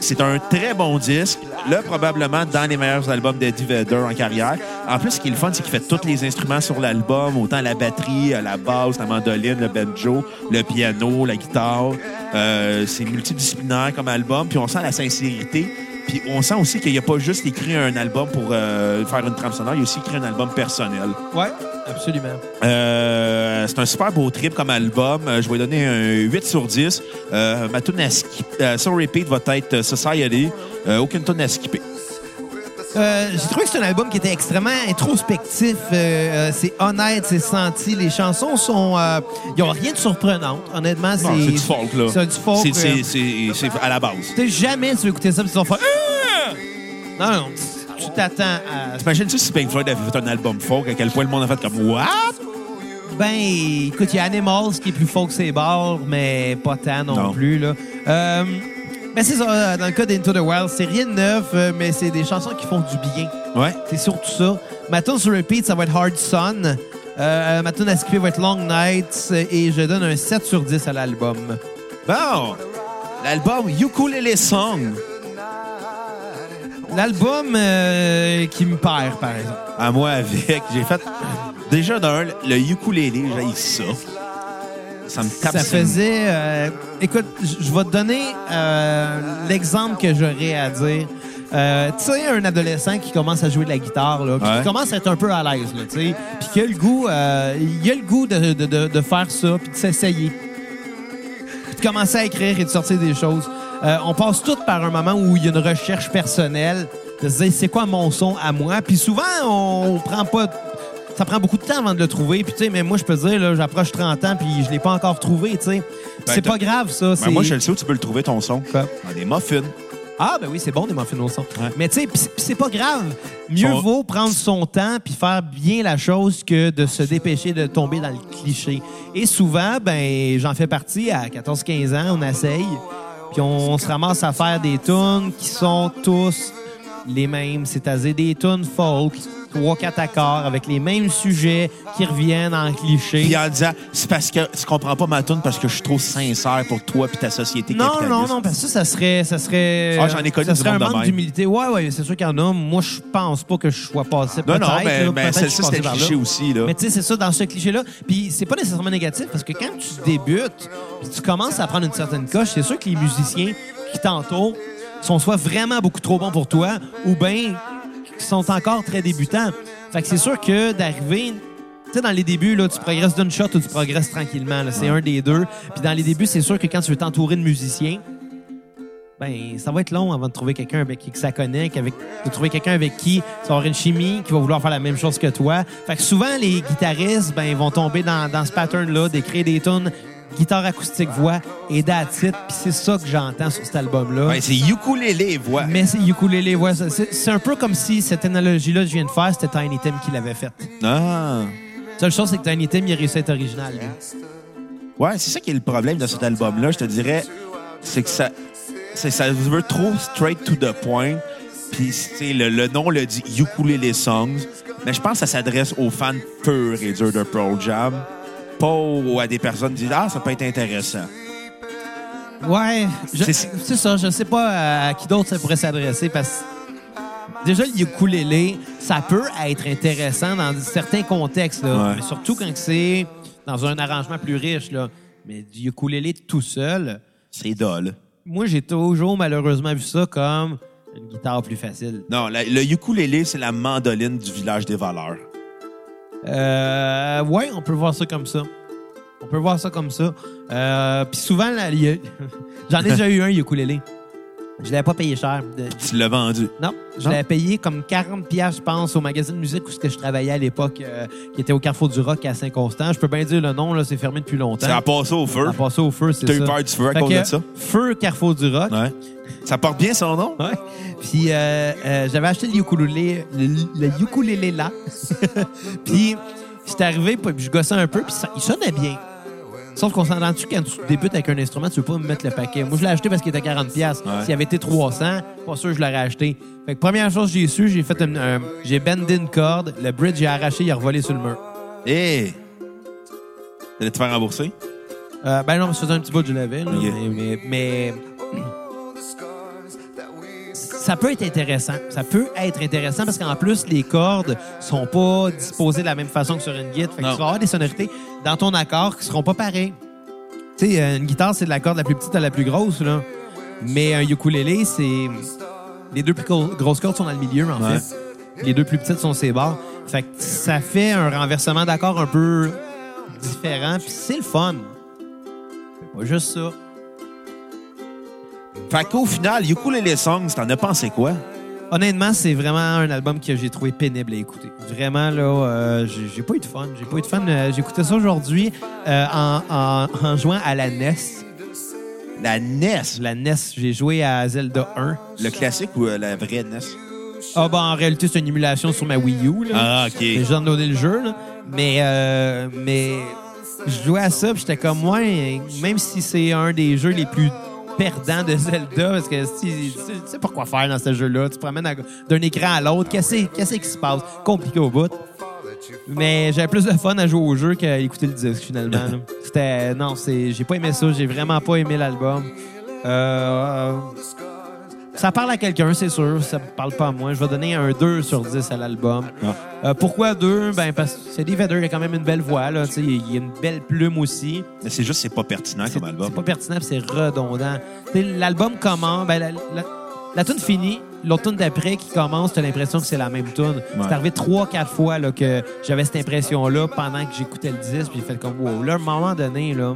[SPEAKER 1] C'est un très bon disque, là, probablement dans les meilleurs albums d'Eddie Vedder en carrière. En plus, ce qui est le fun, c'est qu'il fait tous les instruments sur l'album, autant la batterie, euh, la basse, la mandoline, le banjo, le piano, la guitare. Euh, c'est multidisciplinaire comme album, puis on sent la sincérité. Puis on sent aussi qu'il n'y a pas juste écrit un album pour euh, faire une trame sonore, il a aussi écrit un album personnel.
[SPEAKER 3] Ouais, absolument.
[SPEAKER 1] Euh, c'est un super beau trip comme album. Euh, Je vais donner un 8 sur 10. Euh, ma tune à skip- euh, sur repeat va être euh, Society. Euh, aucune tune à skipper.
[SPEAKER 3] Euh, j'ai trouvé que c'est un album qui était extrêmement introspectif. Euh, euh, c'est honnête, c'est senti. Les chansons sont, euh, ils ont rien de surprenant. Honnêtement, c'est
[SPEAKER 1] Non, C'est du folk, là.
[SPEAKER 3] C'est du folk.
[SPEAKER 1] C'est-
[SPEAKER 3] euh,
[SPEAKER 1] C'est c'est- c'est à la base.
[SPEAKER 3] Tu sais, jamais tu vas écouter ça puis tu vas faire. Ah! Non, non, tu- tu t'attends à.
[SPEAKER 1] T'imagines-tu si Pink Floyd avait fait un album folk, à quel point le monde a fait comme « What?
[SPEAKER 3] Ben, écoute, il y a Animals qui est plus faux que ses bars, mais pas tant non,
[SPEAKER 1] Non.
[SPEAKER 3] plus. Là. Euh, ben, c'est ça, euh, dans le cas d'Into the Wild, c'est rien de neuf, euh, mais c'est des chansons qui font du bien. »
[SPEAKER 1] Ouais.
[SPEAKER 3] C'est surtout ça. Ma tune sur repeat, ça va être Hard Sun. Euh, ma tune à skipper va être Long Nights. euh, Et je donne un 7 sur 10 à l'album.
[SPEAKER 1] Bon! L'album « Ukulele Song
[SPEAKER 3] L'album euh, qui me perd, par exemple. ».
[SPEAKER 1] À moi avec, j'ai fait... Déjà, d'un, le ukulélé, j'ai ça. Ça me tape
[SPEAKER 3] Ça
[SPEAKER 1] sur-
[SPEAKER 3] faisait... euh, écoute, j- je vais te donner euh, l'exemple que j'aurais à dire. Euh, tu sais, un adolescent qui commence à jouer de la guitare, là, puis
[SPEAKER 1] Ouais.
[SPEAKER 3] qui commence à être un peu à l'aise, là, tu sais, puis qui a le goût, euh, il a le goût de, de- de- de faire ça, puis de s'essayer. puis de commencer à écrire et de sortir des choses. Euh, on passe tout par un moment où il y a une recherche personnelle, de se dire c'est quoi mon son à moi. Puis souvent, on prend pas. Ça prend beaucoup de temps avant de le trouver. Puis tu sais, mais moi, je peux dire, là, j'approche 30 ans, puis je l'ai pas encore trouvé, tu sais.
[SPEAKER 1] Ben,
[SPEAKER 3] c'est
[SPEAKER 1] t'as-
[SPEAKER 3] pas grave, ça.
[SPEAKER 1] Ben,
[SPEAKER 3] c'est-
[SPEAKER 1] moi, je le sais où tu peux le trouver, ton son.
[SPEAKER 3] Quoi?
[SPEAKER 1] Dans des muffins.
[SPEAKER 3] Ah, ben oui, c'est bon des muffins au son.
[SPEAKER 1] Ouais.
[SPEAKER 3] Mais tu sais, puis c'est- puis c'est pas grave. Mieux
[SPEAKER 1] Son-
[SPEAKER 3] vaut prendre son temps puis faire bien la chose que de se dépêcher de tomber dans le cliché. Et souvent, ben, j'en fais partie, à 14-15 ans, on essaye, puis on, on se ramasse à faire des tunes qui sont tous les mêmes, c'est-à-dire des tunes folk, 3-4 accords, avec les mêmes sujets qui reviennent en cliché.
[SPEAKER 1] Puis en disant, c'est parce que tu comprends pas ma tune parce que je suis trop sincère pour toi puis ta société
[SPEAKER 3] Non,
[SPEAKER 1] capitaliste.
[SPEAKER 3] non, non, parce que ça, ça serait. Ça serait
[SPEAKER 1] Ah, j'en ai connu
[SPEAKER 3] ça
[SPEAKER 1] du
[SPEAKER 3] serait un
[SPEAKER 1] monde de
[SPEAKER 3] manque
[SPEAKER 1] même.
[SPEAKER 3] d'humilité. Ouais, ouais, c'est sûr qu'il y en a. Moi, je pense pas que je sois passé.
[SPEAKER 1] Non, non,
[SPEAKER 3] peut-être,
[SPEAKER 1] mais,
[SPEAKER 3] là,
[SPEAKER 1] mais
[SPEAKER 3] peut-être que je
[SPEAKER 1] celle-ci,
[SPEAKER 3] suis
[SPEAKER 1] c'était
[SPEAKER 3] passé par là.
[SPEAKER 1] cliché aussi, là.
[SPEAKER 3] Mais tu sais, c'est ça, dans ce cliché-là. Puis c'est pas nécessairement négatif, parce que quand tu débutes, puis tu commences à prendre une certaine coche, c'est sûr que les musiciens qui t'entourent sont soit vraiment beaucoup trop bons pour toi, ou bien qui sont encore très débutants. Fait que c'est sûr que d'arriver... Tu sais, dans les débuts, là, tu progresses d'une shot ou tu progresses tranquillement. là. C'est un des deux. Puis dans les débuts, c'est sûr que quand tu veux t'entourer de musiciens, ben, ça va être long avant de trouver quelqu'un avec qui que ça connecte, avec, de trouver quelqu'un avec qui tu vas avoir une chimie, qui va vouloir faire la même chose que toi. Fait que souvent, les guitaristes, ben, ils vont tomber dans, dans ce pattern-là, d'écrire des tunes guitare acoustique voix et d'attitude. Puis c'est ça que j'entends sur cet album-là.
[SPEAKER 1] Ouais, c'est ukulélé, voix.
[SPEAKER 3] Mais c'est ukulélé, ouais, ça- c'est c'est un peu comme si cette analogie-là que je viens de faire, c'était Tiny Tim qui l'avait faite.
[SPEAKER 1] Ah.
[SPEAKER 3] Seule chose, c'est que Tiny Tim, il a réussi à être original, lui.
[SPEAKER 1] Ouais, c'est ça qui est le problème de cet album-là, je te dirais. C'est que ça, c'est, ça veut trop straight to the point. Puis, tu sais, le, le nom le dit Ukulele Songs. Mais je pense que ça s'adresse aux fans purs et durs de Pearl Jam. Pas aux- à des personnes qui disent Ah, ça peut être intéressant.
[SPEAKER 3] Ouais, je-
[SPEAKER 1] C'est-
[SPEAKER 3] c'est ça. Je sais pas euh, à qui d'autre ça pourrait s'adresser parce que déjà le ukulélé, ça peut être intéressant dans certains contextes, là.
[SPEAKER 1] Ouais.
[SPEAKER 3] Mais surtout quand c'est dans un arrangement plus riche. Là. Mais du ukulélé tout seul,
[SPEAKER 1] C'est dole.
[SPEAKER 3] moi j'ai toujours malheureusement vu ça comme une guitare plus facile.
[SPEAKER 1] Non, la- le ukulélé, c'est la mandoline du village des valeurs.
[SPEAKER 3] Euh, ouais, on peut voir ça comme ça. On peut voir ça comme ça. Euh, Puis souvent, là, il y a- j'en ai déjà eu un ukulélé. Je l'avais pas payé cher. De-
[SPEAKER 1] Tu l'as vendu.
[SPEAKER 3] Non, je
[SPEAKER 1] Non?
[SPEAKER 3] l'avais payé comme 40 pièces, je pense, au magazine musique où ce que je travaillais à l'époque, euh, qui était au Carrefour du Rock à Saint-Constant. Je peux bien dire le nom, là, c'est fermé depuis longtemps.
[SPEAKER 1] Ça a passé au
[SPEAKER 3] Ça
[SPEAKER 1] feu.
[SPEAKER 3] a passé au feu, c'est
[SPEAKER 1] T'as
[SPEAKER 3] ça.
[SPEAKER 1] eu peur du feu à
[SPEAKER 3] Fait
[SPEAKER 1] cause
[SPEAKER 3] que,
[SPEAKER 1] de ça?
[SPEAKER 3] Feu Carrefour du Rock.
[SPEAKER 1] Ouais. Ça porte bien son nom?
[SPEAKER 3] Ouais. Puis euh, euh, j'avais acheté le ukulélé, le, le ukulélé là. puis j'étais arrivé, puis je gossais un peu, puis ça, il sonnait bien. Sauf qu'on s'entend-tu quand tu débutes avec un instrument, tu veux pas me mettre le paquet. Moi, je l'ai acheté parce qu'il était à 40$.
[SPEAKER 1] Ouais.
[SPEAKER 3] S'il avait été 300, pas sûr que je l'aurais acheté. Fait que première chose que j'ai su, j'ai fait un, un- j'ai bendé une corde, le bridge j'ai arraché, il a revolé sur le mur.
[SPEAKER 1] Hé! T'allais Eh! te faire rembourser?
[SPEAKER 3] Euh, ben non, je faisais un petit bout du level, là,
[SPEAKER 1] Yeah.
[SPEAKER 3] mais, mais- mais ça
[SPEAKER 2] Ça
[SPEAKER 3] peut être intéressant. Ça peut être intéressant parce qu'en plus, les cordes sont pas disposées de la même façon que sur une guitare. Fait que
[SPEAKER 1] Non.
[SPEAKER 3] tu vas avoir des sonorités dans ton accord qui seront pas pareilles. Tu sais, euh, une guitare, c'est de la corde la plus petite à la plus grosse, là. Mais un ukulélé, c'est... Les deux plus gros- grosses cordes sont dans le milieu, en
[SPEAKER 1] Ouais.
[SPEAKER 3] fait. Les deux plus petites sont ses bords. Fait que ça fait un renversement d'accord un peu différent. Puis c'est le fun. C'est pas juste ça.
[SPEAKER 1] Fait qu'au final, Ukulele Songs, t'en as pensé quoi?
[SPEAKER 3] Honnêtement, c'est vraiment un album que j'ai trouvé pénible à écouter. Vraiment, là, euh, j'ai j'ai pas eu de fun. J'ai pas eu de fun. Euh, J'écoutais ça aujourd'hui euh, en, en, en jouant à la NES.
[SPEAKER 1] La NES,
[SPEAKER 3] La NES, j'ai joué à Zelda 1.
[SPEAKER 1] le classique ou euh, la vraie NES?
[SPEAKER 3] Ah, ben, en réalité, c'est une émulation sur ma Wii U. Là.
[SPEAKER 1] Ah, ok.
[SPEAKER 3] J'ai downloadé le jeu, là. Mais, euh, mais je jouais à ça, puis j'étais comme, ouais, même si c'est un des jeux les plus perdants de Zelda, parce que si- tu sais- tu sais pas quoi faire dans ce jeu-là. Tu te promènes à- d'un écran à l'autre. Qu'est-ce qu'est-ce qui se passe? Compliqué au bout. Mais j'avais plus de fun à jouer au jeu qu'à écouter le disque, finalement. là. C'était... Non, c'est... j'ai pas aimé ça. J'ai vraiment pas aimé l'album. Euh, ça parle à quelqu'un, c'est sûr. Ça me parle pas à moi. Je vais donner un 2 sur 10 à l'album.
[SPEAKER 1] Ah.
[SPEAKER 3] Euh, pourquoi 2? Ben, parce que c'est des Vedder. Il a quand même une belle voix. Là. Tu sais, Il y a une belle plume aussi.
[SPEAKER 1] Mais c'est juste, c'est pas pertinent
[SPEAKER 3] C'est
[SPEAKER 1] comme album.
[SPEAKER 3] c'est pas pertinent, puis c'est redondant. Tu sais, L'album commence, ben, la, la, la tune finit, l'autre tune d'après qui commence, t'as l'impression que c'est la même tune. C'est arrivé trois, quatre fois là, que j'avais cette impression-là pendant que j'écoutais le disque, puis j'ai fait comme wow. Là, à un moment donné, là,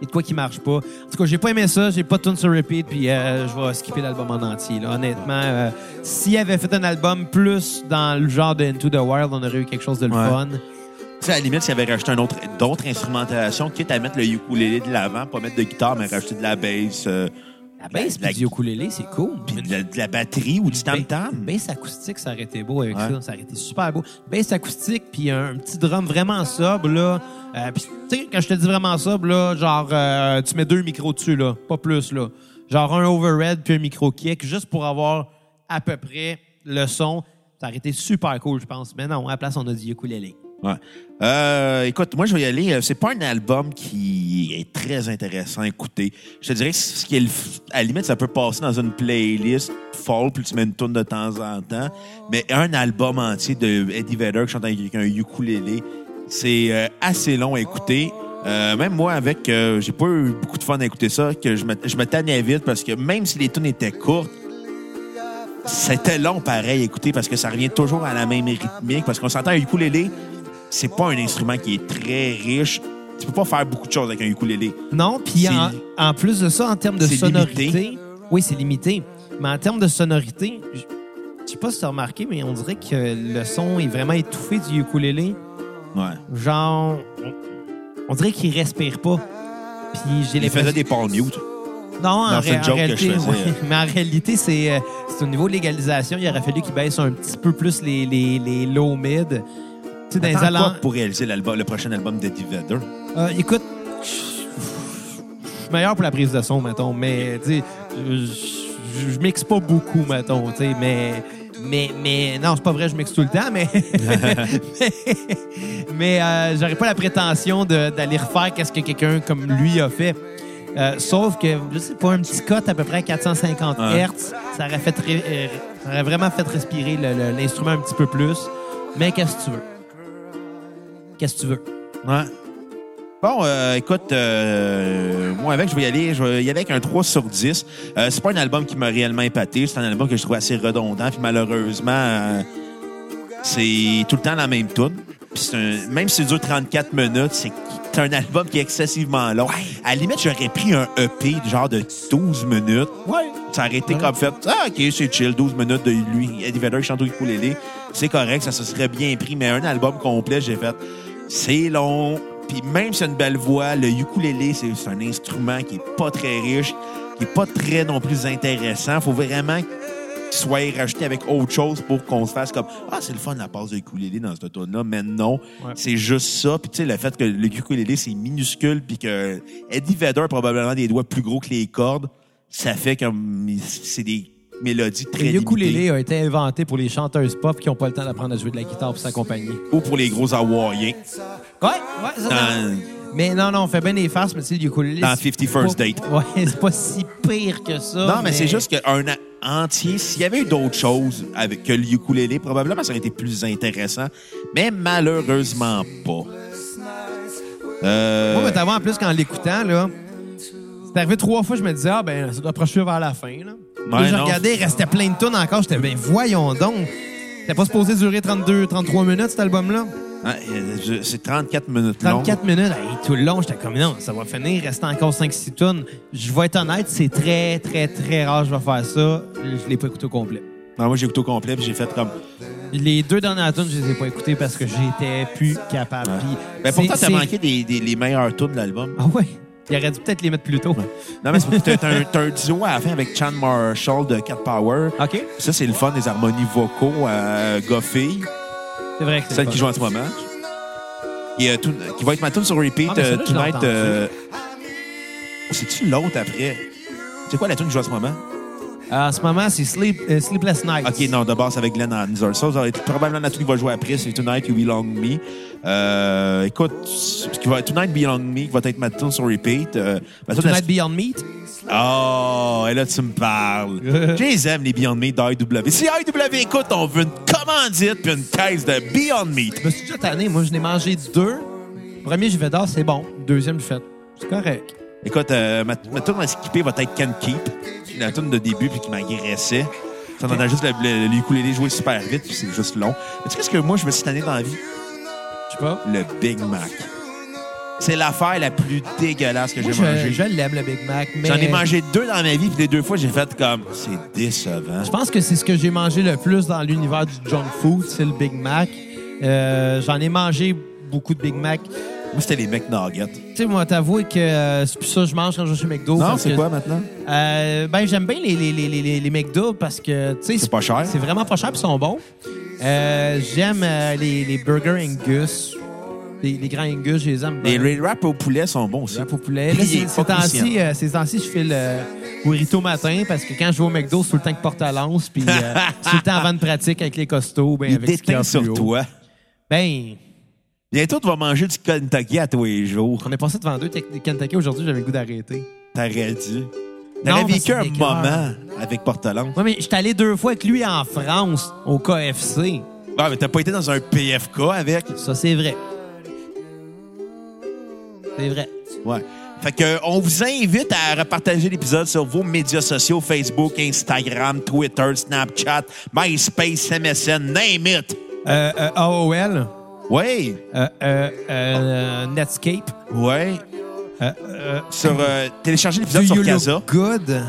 [SPEAKER 3] il y a de quoi qui marche pas. En tout cas, j'ai pas aimé ça, j'ai pas de tune sur repeat, puis euh, je vais skipper l'album en entier. là. Honnêtement, euh, s'il avait fait un album plus dans le genre de Into the Wild, on aurait eu quelque chose de le
[SPEAKER 1] Ouais.
[SPEAKER 3] fun.
[SPEAKER 1] Tu sais, à la limite, s'il avait rajouté un autre, d'autres instrumentations, quitte à mettre le ukulélé de l'avant, pas mettre de guitare, mais rajouter de la bass, euh,
[SPEAKER 3] La bass,
[SPEAKER 1] La-
[SPEAKER 3] puis du ukulélé, c'est cool.
[SPEAKER 1] puis de la, de la batterie ou du
[SPEAKER 3] Une
[SPEAKER 1] tam-tam.
[SPEAKER 3] bass Ben, acoustique, ça aurait été beau avec
[SPEAKER 1] Ouais.
[SPEAKER 3] ça. Ça aurait été super beau. Bass acoustique, puis un, un petit drum vraiment sobre, là. Euh, puis, tu sais, quand je te dis vraiment sobre, là, genre, euh, tu mets deux micros dessus, là. Pas plus, là. Genre un overhead puis un micro kick, juste pour avoir à peu près le son. Ça aurait été super cool, je pense. Mais non, à la place, on a du ukulélé.
[SPEAKER 1] Ouais. Euh, écoute, moi, je vais y aller. Euh, C'est pas un album qui est très intéressant à écouter. Je te dirais que ce qui est le f- à la limite, ça peut passer dans une playlist folle, puis tu mets une tourne de temps en temps. Mais un album entier de Eddie Vedder qui chante avec un ukulélé, c'est euh, assez long à écouter. Euh, même moi, avec, euh, j'ai pas eu beaucoup de fun à écouter ça, que je me, je me tannais vite parce que même si les tunes étaient courtes, c'était long pareil à écouter parce que ça revient toujours à la même rythmique. Parce qu'on s'entend un ukulélé, c'est pas un instrument qui est très riche. Tu peux pas faire beaucoup de choses avec un ukulélé.
[SPEAKER 3] Non, puis en,
[SPEAKER 1] C'est-
[SPEAKER 3] en plus de ça, en termes de
[SPEAKER 1] C'est
[SPEAKER 3] sonorité.
[SPEAKER 1] limité.
[SPEAKER 3] Oui, c'est limité. Mais en termes de sonorité, je je sais pas si tu as remarqué, mais on dirait que le son est vraiment étouffé du ukulélé.
[SPEAKER 1] Ouais.
[SPEAKER 3] Genre, on- on dirait qu'il respire pas. Puis j'ai
[SPEAKER 1] Il faisait
[SPEAKER 3] l'impression.
[SPEAKER 1] des power mute.
[SPEAKER 3] Non, en,
[SPEAKER 1] c'est une
[SPEAKER 3] ré- en
[SPEAKER 1] joke que
[SPEAKER 3] réalité,
[SPEAKER 1] je faisais.
[SPEAKER 3] ouais. mais en réalité, c'est euh, c'est au niveau de légalisation, il aurait fallu qu'il baisse un petit peu plus les, les, les low mid. Tu sais, dans les
[SPEAKER 1] Attends
[SPEAKER 3] allant-
[SPEAKER 1] quoi pour réaliser l'album, le prochain album d'Eddie Vedder.
[SPEAKER 3] euh, écoute, je je suis meilleur pour la prise de son, mettons, mais tu sais, je- je je mixe pas beaucoup, mettons, tu sais, mais, mais, mais non, c'est pas vrai, je mixe tout le temps, mais, mais, mais, euh, j'aurais pas la prétention de- d'aller refaire qu'est-ce que quelqu'un comme lui a fait. Euh, sauf que, je sais pas, un petit cut à peu près à 450 Hz,
[SPEAKER 1] Ouais.
[SPEAKER 3] ça aurait, fait ré- euh, ça aurait vraiment fait respirer le- le- l'instrument un petit peu plus. Mais qu'est-ce que tu veux? Qu'est-ce que tu veux?
[SPEAKER 1] Ouais. Bon, euh, écoute, euh, moi avec, je vais y aller. Je vais y aller avec un 3 sur 10. Euh, c'est pas un album qui m'a réellement épaté. C'est un album que je trouve assez redondant. Puis malheureusement, euh, c'est tout le temps la même tune. Puis c'est un- même si c'est dure 34 minutes, c'est c'est un album qui est excessivement long. À la limite, j'aurais pris un EP de genre de 12 minutes.
[SPEAKER 3] Ouais.
[SPEAKER 1] Ça aurait été
[SPEAKER 3] Ouais.
[SPEAKER 1] comme fait, ah, OK, c'est chill, 12 minutes de lui, Eddie Vedder qui chante au ukulélé. C'est correct, ça se serait bien pris, mais un album complet, j'ai fait, c'est long. Puis même si c'est une belle voix, le ukulélé, c'est c'est un instrument qui est pas très riche, qui est pas très non plus intéressant. Faut vraiment qui soit racheté avec autre chose pour qu'on se fasse comme Ah, c'est le fun la passe de ukulélé dans cette tune là mais non,
[SPEAKER 3] Ouais.
[SPEAKER 1] c'est juste ça. Puis tu sais, le fait que le ukulélé, c'est minuscule, puis que Eddie Vedder a probablement des doigts plus gros que les cordes, ça fait comme c'est des mélodies très
[SPEAKER 3] Le ukulélé
[SPEAKER 1] limitées.
[SPEAKER 3] a été inventé pour les chanteuses pop qui n'ont pas le temps d'apprendre à jouer de la guitare pour s'accompagner.
[SPEAKER 1] Ou pour les gros Hawaïens.
[SPEAKER 3] Ouais, ouais, ça.
[SPEAKER 1] Dans-
[SPEAKER 3] Mais non, non, on fait bien des farces, mais tu sais, le ukulélé.
[SPEAKER 1] Dans
[SPEAKER 3] c'est
[SPEAKER 1] 51st
[SPEAKER 3] pas-
[SPEAKER 1] Date.
[SPEAKER 3] Ouais, c'est pas si pire que ça.
[SPEAKER 1] Non, mais, c'est juste qu'un an entier, s'il y avait eu d'autres choses avec que le ukulélé, probablement ça aurait été plus intéressant, mais malheureusement pas. Euh,
[SPEAKER 3] Moi, mais t'avais en plus qu'en l'écoutant, là. C'est arrivé trois fois, je me disais, ah, ben, ça doit approcher vers la fin, là.
[SPEAKER 1] Ouais,
[SPEAKER 3] Puis je
[SPEAKER 1] non.
[SPEAKER 3] regardais, il restait plein de tunes encore. J'étais, ben, voyons donc. C'était pas supposé durer 32, 33 minutes, cet album-là.
[SPEAKER 1] hein, euh, je- c'est 34 minutes long.
[SPEAKER 3] 34 minutes, hey, tout le long, j'étais comme, non, ça va finir, il reste encore 5-6 tunes. Je vais être honnête, c'est très, très, très rare, je vais faire ça. Je l'ai pas écouté au complet.
[SPEAKER 1] Non, Ben, moi, j'ai écouté au complet, puis j'ai fait comme...
[SPEAKER 3] Les deux dernières tunes, je les ai pas écoutées parce que j'étais plus capable. Puis
[SPEAKER 1] Ben, pourtant,
[SPEAKER 3] Ah. c'est-
[SPEAKER 1] t'as
[SPEAKER 3] c'est-
[SPEAKER 1] manqué des, des- les meilleurs tours de l'album.
[SPEAKER 3] Ah ouais? Il aurait dû peut-être les mettre plus tôt.
[SPEAKER 1] Non, mais c'est parce que t'as un, t'as un duo à la fin avec Chan Marshall de Cat Power.
[SPEAKER 3] OK?
[SPEAKER 1] Ça, c'est le fun des harmonies vocaux à Goffy,
[SPEAKER 3] C'est vrai que c'est.
[SPEAKER 1] celle
[SPEAKER 3] le
[SPEAKER 1] qui
[SPEAKER 3] fun.
[SPEAKER 1] joue en ce moment. Et, euh, tout- qui va être ma tune sur repeat
[SPEAKER 3] Ah, mais
[SPEAKER 1] euh,
[SPEAKER 3] celle-là, je l'ai
[SPEAKER 1] Tonight.
[SPEAKER 3] entendue.
[SPEAKER 1] euh, C'est-tu l'autre après? C'est quoi la tune qui joue en ce moment?
[SPEAKER 3] En ce moment, c'est Sleep, euh, Sleepless Nights.
[SPEAKER 1] OK, non, de base, c'est avec Glenn Hanser. Ça, vous aurez probablement la tune qui va jouer après, c'est Tonight You Belong Me. Euh, écoute, ce qui va, Tonight Belong Me qui va être ma tune sur repeat. Euh, ma tune à-
[SPEAKER 3] Tonight Beyond Meat.
[SPEAKER 1] Oh, et là, tu me parles. Je les aime, les Beyond Meat d'IW. Si IW écoute, on veut une commandite puis une caisse de Beyond Meat.
[SPEAKER 3] Je me suis déjà tanné. Moi, je n'ai mangé deux. Premier, je vais d'or, c'est bon. Deuxième, je fais. C'est correct.
[SPEAKER 1] Écoute, euh, ma, ma tourne à skipper va être Can Keep, la tourne de début puis qui m'agressait. Ça entendait juste le, le, le ukulélé jouer super vite puis c'est juste long. Mais tu sais qu'est-ce que moi, je me suis tanné dans la vie?
[SPEAKER 3] Je sais pas.
[SPEAKER 1] Le Big Mac. C'est l'affaire la plus dégueulasse que
[SPEAKER 3] Moi,
[SPEAKER 1] j'ai
[SPEAKER 3] je,
[SPEAKER 1] mangée.
[SPEAKER 3] je l'aime, le Big Mac. mais-
[SPEAKER 1] J'en ai mangé deux dans ma vie puis les deux fois, j'ai fait comme, c'est décevant.
[SPEAKER 3] Je pense que c'est ce que j'ai mangé le plus dans l'univers du junk food, c'est le Big Mac. Euh, J'en ai mangé beaucoup de Big Mac.
[SPEAKER 1] Moi, c'était les McNuggets.
[SPEAKER 3] Tu sais, moi, t'avouer que euh, c'est plus ça que je mange quand je vais chez McDo.
[SPEAKER 1] Non,
[SPEAKER 3] parce
[SPEAKER 1] c'est
[SPEAKER 3] que-
[SPEAKER 1] quoi maintenant?
[SPEAKER 3] Euh, ben, j'aime bien les, les, les, les- les, les McDo parce que, tu sais,
[SPEAKER 1] C'est pas cher.
[SPEAKER 3] C'est vraiment pas cher, puis ils sont bons. Euh, j'aime euh, les, les burgers Angus. Les, les grands Angus, je les aime.
[SPEAKER 1] Les
[SPEAKER 3] Ben,
[SPEAKER 1] ray wraps au poulet sont bons aussi.
[SPEAKER 3] la populaire. Là,
[SPEAKER 1] Plié,
[SPEAKER 3] ces- ces
[SPEAKER 1] pas
[SPEAKER 3] temps-ci,
[SPEAKER 1] conscient.
[SPEAKER 3] euh, ces temps-ci, je file euh, au rito matin parce que quand je vais au McDo, c'est tout le temps que porte à lance, puis euh, c'est tout le temps avant de pratique avec les costauds, ben,
[SPEAKER 1] Il
[SPEAKER 3] avec ce qu'il y a
[SPEAKER 1] déteint
[SPEAKER 3] plus
[SPEAKER 1] sur
[SPEAKER 3] haut.
[SPEAKER 1] toi.
[SPEAKER 3] Ben,
[SPEAKER 1] Bientôt, tu vas manger du Kentucky à tous les jours.
[SPEAKER 3] on est passé devant deux Tec- Kentucky aujourd'hui, j'avais le goût d'arrêter.
[SPEAKER 1] T'aurais dû.
[SPEAKER 3] Non,
[SPEAKER 1] T'aurais
[SPEAKER 3] mais
[SPEAKER 1] vécu
[SPEAKER 3] c'est
[SPEAKER 1] un
[SPEAKER 3] des
[SPEAKER 1] moment avec Portalance.
[SPEAKER 3] Ouais, mais j'étais allé deux fois avec lui en France, au KFC.
[SPEAKER 1] Ah, mais t'as pas été dans un PFK avec.
[SPEAKER 3] Ça, c'est vrai. C'est vrai.
[SPEAKER 1] Ouais. Fait que, euh, on vous invite à repartager l'épisode sur vos médias sociaux Facebook, Instagram, Twitter, Snapchat, MySpace, MSN, name it.
[SPEAKER 3] Euh, euh, AOL,
[SPEAKER 1] Ouais.
[SPEAKER 3] euh, euh, euh, Netscape,
[SPEAKER 1] Ouais.
[SPEAKER 3] euh, euh,
[SPEAKER 1] Sur, euh, télécharger l'épisode
[SPEAKER 3] Do
[SPEAKER 1] sur
[SPEAKER 3] You Look
[SPEAKER 1] Casa.
[SPEAKER 3] Good,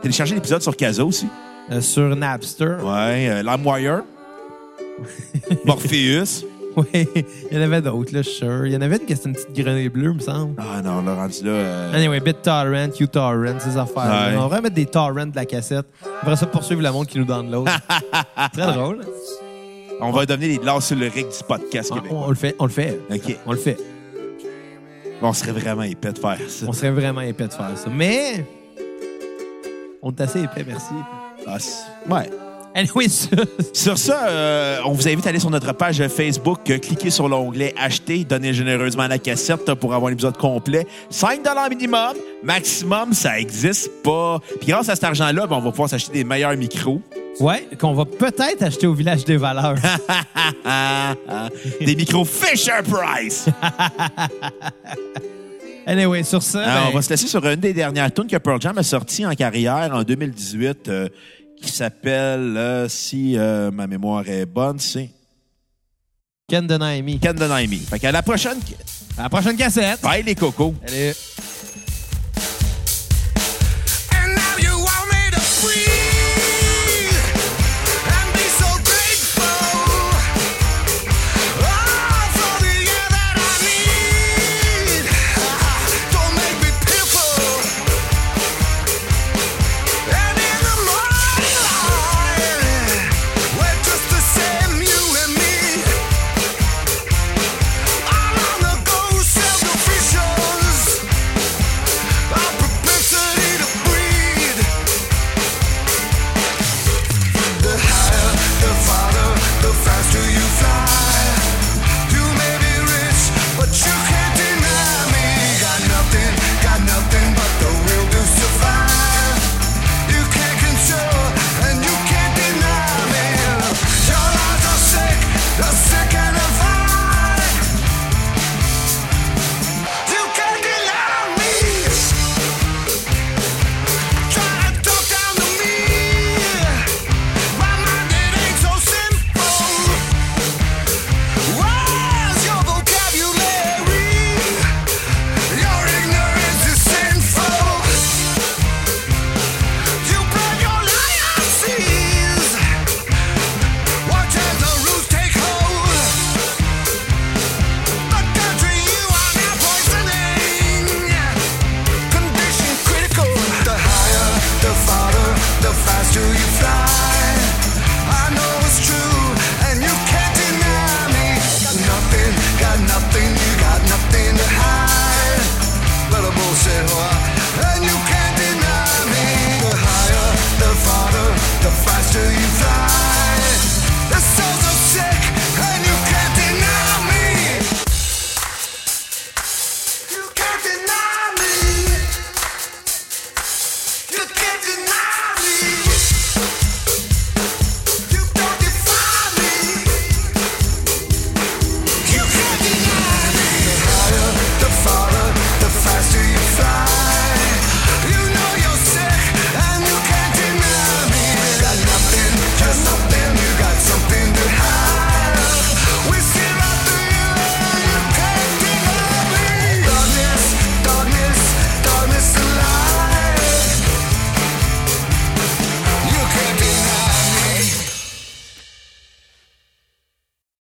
[SPEAKER 1] Télécharger l'épisode sur Casa aussi.
[SPEAKER 3] euh, sur Napster.
[SPEAKER 1] Ouais. Euh, LimeWire. Morpheus.
[SPEAKER 3] Oui, il y en avait d'autres, là, je suis sûr. Il y en avait une qui était une petite grenouille bleue, me semble.
[SPEAKER 1] Ah non, là, rendu là. euh,
[SPEAKER 3] Anyway, BitTorrent, uTorrent, ces affaires.
[SPEAKER 1] Ouais.
[SPEAKER 3] On va mettre des torrents de la cassette. On va ça poursuivre le monde qui nous download. Très drôle.
[SPEAKER 1] On va donner les glaces sur le rig du podcast
[SPEAKER 3] On,
[SPEAKER 1] québécois.
[SPEAKER 3] Ah, on le fait, on le fait.
[SPEAKER 1] OK.
[SPEAKER 3] On le fait.
[SPEAKER 1] On serait vraiment épais de faire ça.
[SPEAKER 3] On serait vraiment épais de faire ça. Mais on est assez épais, merci.
[SPEAKER 1] Ah, c'est- ouais.
[SPEAKER 3] Anyway, ça,
[SPEAKER 1] Sur ça, euh, on vous invite à aller sur notre page Facebook, euh, cliquez sur l'onglet Acheter, donnez généreusement la cassette pour avoir l'épisode complet. 5 minimum, maximum, ça existe pas. Puis grâce à cet argent-là, ben, on va pouvoir s'acheter des meilleurs micros.
[SPEAKER 3] ouais, qu'on va peut-être acheter au village des valeurs.
[SPEAKER 1] Ah, ah. des micros Fisher Price.
[SPEAKER 3] Anyway, sur ça,
[SPEAKER 1] Alors,
[SPEAKER 3] ben,
[SPEAKER 1] Ah, on va se laisser sur une des dernières tunes que Pearl Jam a sortie en carrière en 2018, euh, qui s'appelle, euh, si euh, ma mémoire est bonne, c'est
[SPEAKER 3] Ken de Naomi.
[SPEAKER 1] Can Deny Me. Fait qu'à la prochaine,
[SPEAKER 3] À la prochaine cassette.
[SPEAKER 1] bye les cocos.
[SPEAKER 3] Allez.
[SPEAKER 2] And now you want me to free and be so grateful for the air that I need. Don't make me pitiful. And in the morning after you